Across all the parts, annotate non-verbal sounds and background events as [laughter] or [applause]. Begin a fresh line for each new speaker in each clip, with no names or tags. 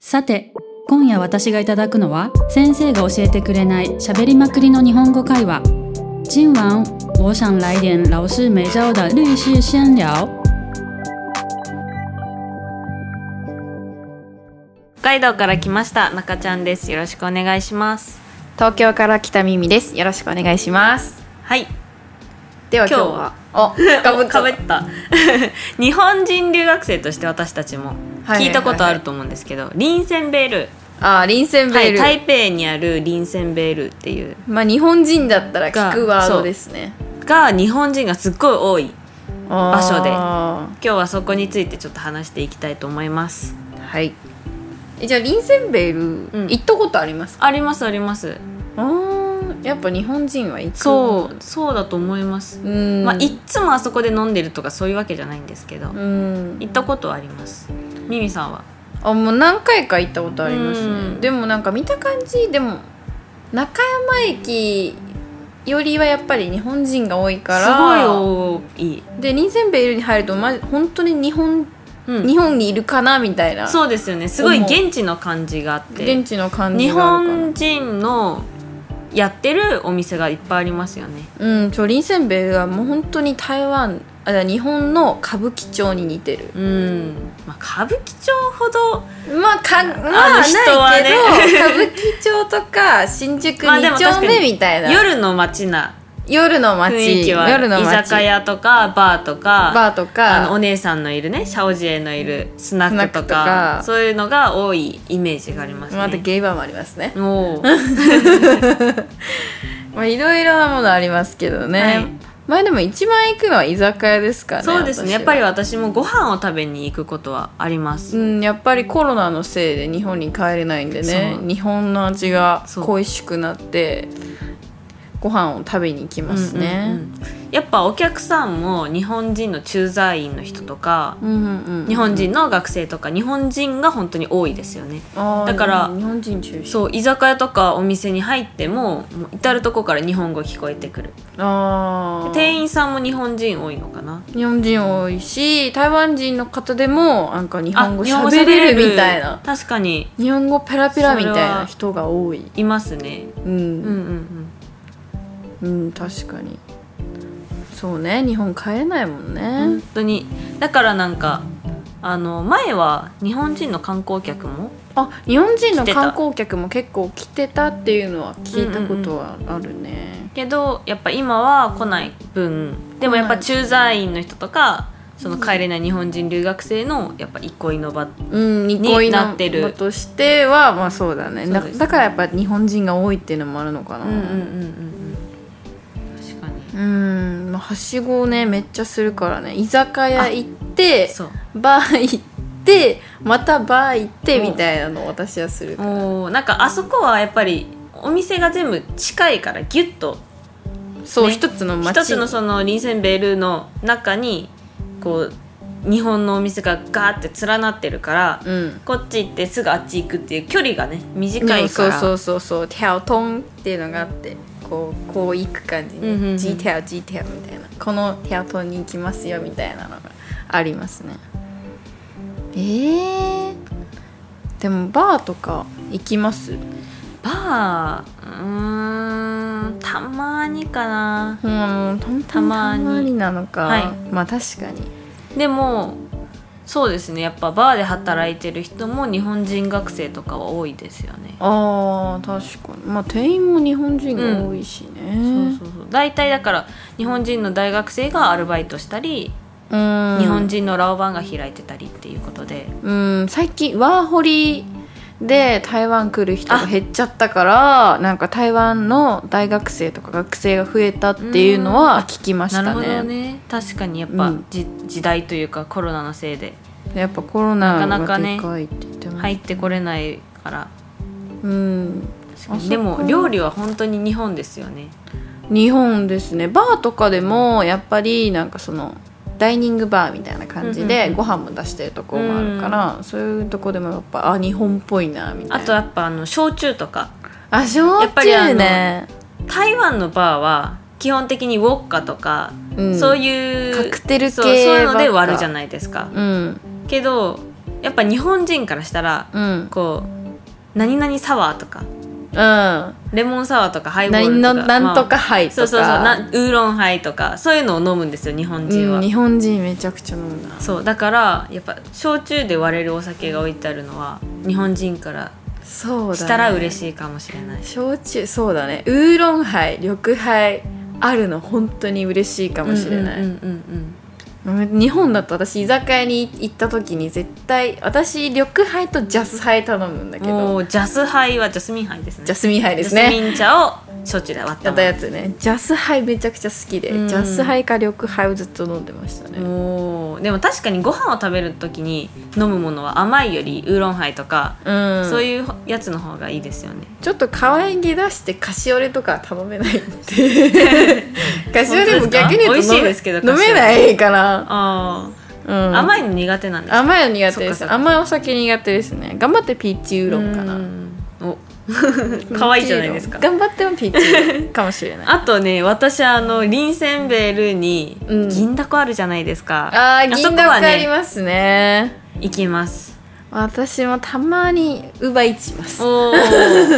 さて、今夜私がいただくのは、先生が教えてくれない喋りまくりの日本語会話。今晚我想来点老师没教的律师闲聊。
北海道から来ました中ちゃんですよろしくお願いします
東京から来たミミです。よろしくお願いします。
はい
では
今
今
日
日
は
は、 [laughs] お、かぶっちゃ
か
っ
ぶった [laughs] 日本人留学生として私たちも
はいはいはいはい
聞いたことあると思うんですけど、リンセンベール
た。あー、リンセンベール。
はい、台北にあるリンセンベールっていう
まあ日本人だったら聞くワードですね。
が日本人がすっごい多い
場
所で
は
今日はそこについてちょっと話していきたいと思います
い。えじゃあリンセンベール、
うん
行ったことありますか
ありますあります
あーやっぱ日本人は行く
そうそうだと思います
う。うん。
まあいっつもあそこで飲んでるとかそういうわけじゃないんですけど
うん
行ったことはありますミミさんは
あもう何回か行ったことあります
うん
ねでもなんか見た感じでも中山駅よりはやっぱり日本人が多いから
すごい多い、
でリンセンベールに入るとまじ本当に日本
うん
日本にいるかなみたいな
そうですよねすごい
思う
現地の感じがあって
現地の感
日
じがあるかな
本人のやってるお店がいっぱいありますよね
うんそうリンセンベールはもう本当に台湾あじゃあ日本の歌舞伎町に似てる
うん、まあ、歌舞伎町ほど
まあかま
あの
あ
人は
ない
ね
けど、 [laughs] 歌舞伎町とか新宿
まあでも
2丁
確かに
目みたいな、
夜の街な
夜の街
雰囲気はある
夜の
居
街
酒屋とかバーとか
バーと
あのお
か
姉さんのいるねシャオジエのいるスナックとか
スナックとか
そういうのが多いイメージがありますね、
またゲイバーもあります
[laughs]
ね、
おー
まあ、いろいろなものありますけどね、
はい
まあでも一番行くのは居酒屋ですからね
そうですね
私
や
は
っぱり私もご飯を食べに行くことはあります、
うん、やっぱりコロナのせいで日本に帰れないんでね
そう
日本の味が
そう
恋しくなってご飯を食べに行きます
うんう
ね
んうんやっぱお客さんも日本人の駐在員の人とか
うんうんうん
日本人の学生とか日本人が本当に多いですよね
あー
だから
日本人中心
そう居酒屋とかお店に入ってももう至る所から日本語聞こえてくる
あー
店員さんも日本人多いのかな
日本人多いし台湾人の方でもなんか日
あ
本語喋れるみたいな
確かに
日本語ペラペラみたい
それは
な人が多い
いますね
う
うんうん
ん、
うん
うん、確かにそうね日本帰れないもんね、
本当にだからなんかあの前は日本人の観光客も
あ日本人
来
の
てた
観光客も結構来てたっていうのは聞いたことはあるね、
けどやっぱ今は来ない分でもやっぱ駐在員の人とかその帰れない日本人留学生のやっぱ憩いの場
うん憩い
になってる
の場としてはまあそうだね
そう
だ
ですね
だからやっぱ日本人が多いっていうのもあるのかな
ん確かに
うんまあはしごをねめっちゃするからね居酒屋行って
そう
バー行ってまたバー行って
うん
みたいなのを私はする
おーなんかあそこはやっぱりお店が全部近いからギュッと
そう
ね
一つの街
一つのそのリンセンベールの中にこう日本のお店がガーって連なってるから、
うん
こっち行ってすぐあっち行くっていう距離がね短
で
いか
もそう
ら
そうそうそう「テャオトン」っていうのがあってこうこう行く感じ
うんうんうん
に「ジーテャオジーテャオ」みたいなこの「テャオトンに行きますよ」みたいなのがありますねえー、でもバーとか行きます
バーうーんたまにかな
うん
た
た
ま
ま
に
になのか、
はい
まあ確かに
でもそうですねやっぱバーで働いてる人も日本人学生とかは多いですよね、
あー確かにまあ店員も日本人が多いしね、
そうそうそう大体だから日本人の大学生がアルバイトしたり、
うん
日本人のラオバンが開いてたりっていうことで
うん最近ワーホリで台湾来る人が減っちゃったからなんか台湾の大学生とか学生が増えたっていうのは聞きまし
なる
た
ほ
ね
どね確かにやっぱ、
うん
じ時代というかコロナのせいで
やっぱコロナ
なかなか
が
ね
でかいって言っても、
入ってこれないから
うん
確かに
あそっか
でも料理は本当に日本ですよね
日本ですねバーとかでもやっぱりなんかそのダイニングバーみたいな感じ
うんうん
で
うん
ご飯も出してるとこもあるから、そういうとこでもやっぱあ日本っぽいなみたいな
あとやっぱあの焼酎とか
あ焼
やっぱりあの
酎ね
台湾のバーは基本的にウォッカとか、
うん
そういう
カクテル系
そうそういうので
ばっか
割るじゃないですか、
うん
けどやっぱ日本人からしたら、
うん
こう何々サワーとか
うん
レモンサワーとかハイボー
何
ル
の
とか
なんと
ま
か杯
あ
と
そ
か
うそうそうなウーロンハイとかそういうのを飲むんですよ日本人は、
うん、日本人めちゃくちゃ飲んだ
そうだからやっぱ焼酎で割れるお酒が置いてあるのは日本人から
そうだ、ね、
したら嬉
い
しいかもしれないし
焼酎そうだねウーロンハイ緑ハイあるの本当に嬉しいかもしれない、
うんうんうん
日本だと私居酒屋に行った時に絶対私緑ハイとジャスハイ頼むんだ
うん
け
も
ど
うジャスハイはジャスミンハイですね
ジャスミンハイです
ジャ
ね
スミン茶を焼酎で割ったも
やっ
の
たやつねジャスハイめちゃくちゃ好きで、
うん
ジャスハイか緑ハイをずっと飲んでましたね、
おーでも確かにご飯を食べる時に飲むものは甘いよりウーロンハイとか、
うん、
そういうやつの方がいいですよね
ちょっと可愛げ出してカシオレとか頼
[laughs]
めないってカシオレも逆に言うと
本当ですか美
飲め
味しいですけど
飲めないかな、
あ
う
あ
ん、
甘いの苦手なんです
甘いの苦手で
そっかそっ
す
か
甘いお酒苦手ですね頑張ってピーチウーロンか
う
なん [laughs]
お可愛いじゃないですか
ピーチウーロン頑張ってもピーチウーロンかもしれ
[laughs]
ない
あとね私あのリンセンベルに
うん
銀だこあるじゃないですか、
あ
そ
ー
こ
銀だこ
は
あり
ね
ますね
行きます
私もたまにウバイチます
おー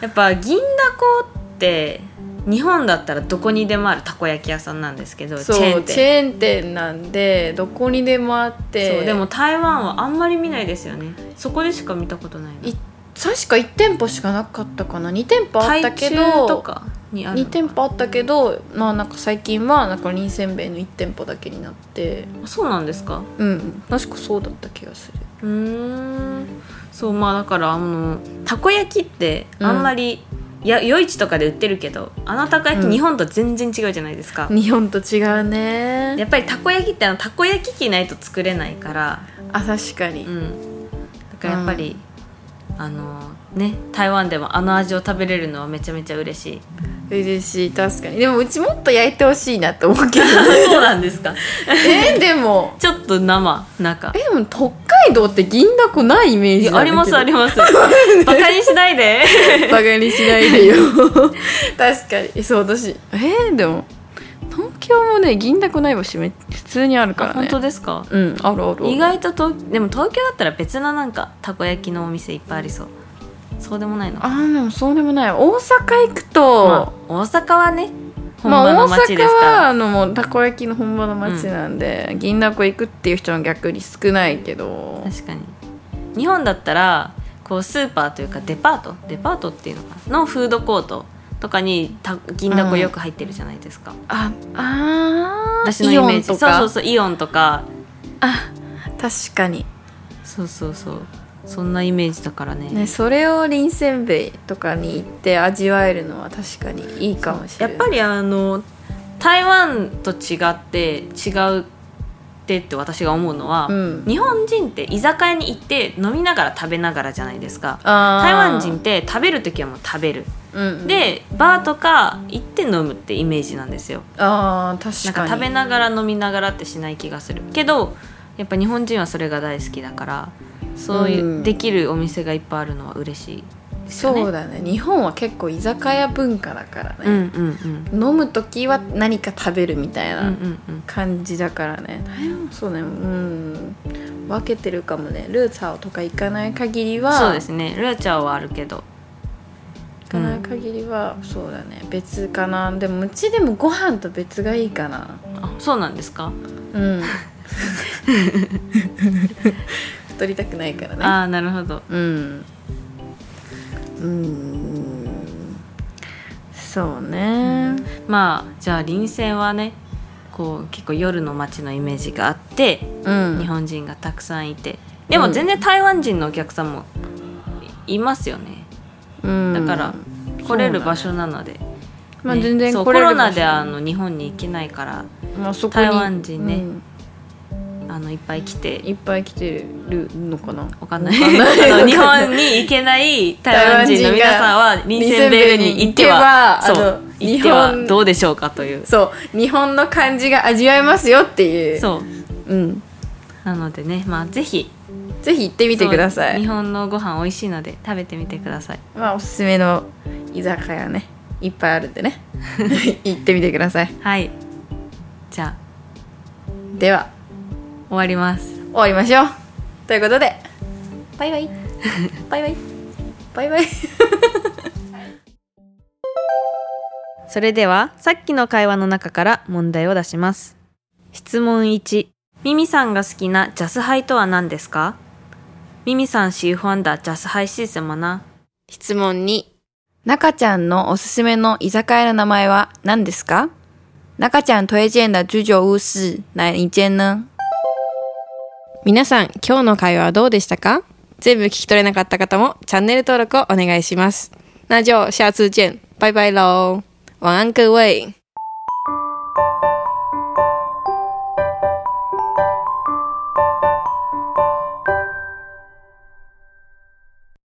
やっぱ銀だこって日本だったらどこにでもあるたこ焼き屋さんなんですけど
そう
チ
チ
ェー
ェ
ン店
ーン店なんでどこにでもあって
そうでも台湾はあんまり見ないですよねそこでしか見たことないない
確か1店舗しかなかったかな2店舗あった
台
け
中
ど
とかにある
2
の
店舗あったけどまあなんか最近はなんかリンせんべいの1店舗だけになって
そうなんですか
うん確かそうだった気がする
うーんそうまあだからあのたこ焼きって
うん
あんまり、いや夜市とかで売ってるけどあのたこ焼
うん
き日本と全然違うじゃないですか、
日本と違うね
やっぱりたこ焼きってあのたこ焼き器ないと作れないから
あ確かに、
うんだからやっぱり、あのね台湾でもあの味を食べれるのはめちゃめちゃ嬉しい
嬉しい確かにでもうちもっと焼いてほしいなって思うけど
[laughs] そうなんですか
えでも
ちょっと生中
えでも北海道って銀だこないイメー
い
ジ
やありますあり
ま
[laughs] ますバカにしない [laughs] で
すバカにしない
[laughs]
でよ確かにそう私えでも東京もね銀だこない場所め普通にあるか
あ
らね
本当ですか
うんあるある
意外と東でも東京だったら別ななんかたこ焼きのお店いっぱいありそうそうでもないの
あーでもそうでもない大阪行くと
ま、あ、大阪はね本
まあ
場の
大
街
阪
ですか
は
ら、
あのもうたこ焼きの本場の町なんで、銀だこ行くっていう人も逆に少ないけど
確かに日本だったらこうスーパーというかデパートデパートっていうのかなのフードコートとかにた銀だこよく入ってるじゃないですか、
ああ
私
ー
のイ
イ
メ
オ
ー
ン
ジ
とか
そうそうそうイオンとか
確かに、
そうそうそうそんなイメージだからね
ね、それをりんせんべいとかに行って味わえるのは確かにいいかもしれ
や
な
っ
い
ぱりあの台湾と違って違うってって私が思うのは、
うん
日本人って居酒屋に行って飲みながら食べながらじゃないですか
あー
台湾人って食べる時はもう食べる、
うんうん
でバーとか行って飲むってイメージなんですよ
あー
なん
確か
か
に
食べながら飲みながらってしない気がするけどやっぱ日本人はそれが大好きだからそういう、
うん
できるお店がいっぱいあるのは嬉しいですよね
そうだね日本は結構居酒屋文化だから
うん
ね、
うんうん
飲む時は何か食べるみたい
うん
な、
うんうん
感じだからねそうねうん分けてるかもねルーツァオとか行かない限りは
そうですねルーチャーはあるけど
行かない限りは、そうだね別かなでもうちでもご飯と別がいいかな
あそうなんですか、
うん
[laughs]
太りたくないからね
ああなるほど
うんうんそうね、
まあじゃあ臨戦はねこう結構夜の街のイメージがあって、
うん
日本人がたくさんいてでも
うん
全然台湾人のお客さんもいいますよね
うん
だから来れる場所なので、
まあ
ね
全然
そう
来れる
コ
場
ロ
所
ナであの日本に行けないから
まあそこに
台湾人ね
うん
あのいっぱい来
い
て
っぱい来てるのかな
わかんないあの日本に行けない台湾人の皆さんは
台湾人が
臨戦ベルに行っては
臨戦ベルに
そ
行けばあ
う
の
行っては
日本
どうでしょうかという
そう日本の感じが味わえますよっていう
そう
うん、
なのでねまあぜひ
ぜひ行ってみてくださ
そう
い
日、本のご飯美味しいので食べてみてください
まあ、おすすめの居酒屋ねいっぱいあるんでね [laughs] 行ってみてください
はいじゃあ
では
終わります
終わりましょうということでバ
[laughs]
イバイバイバイバイバイ
それではさっきの会話の中から問題を出します質問1ミミさんが好きなジャスハイとは何ですかミミさん喜欢的ジャスハイ是什么呢
質問2中ちゃんのおすすめの居酒屋の名前は何ですか中ちゃん推薦的居酒屋是哪一間呢
皆さん、今日の会話はどうでしたか全部聞き取れなかった方もチャンネル登録をお願いします。那就下次见，拜拜喽，晚安各位。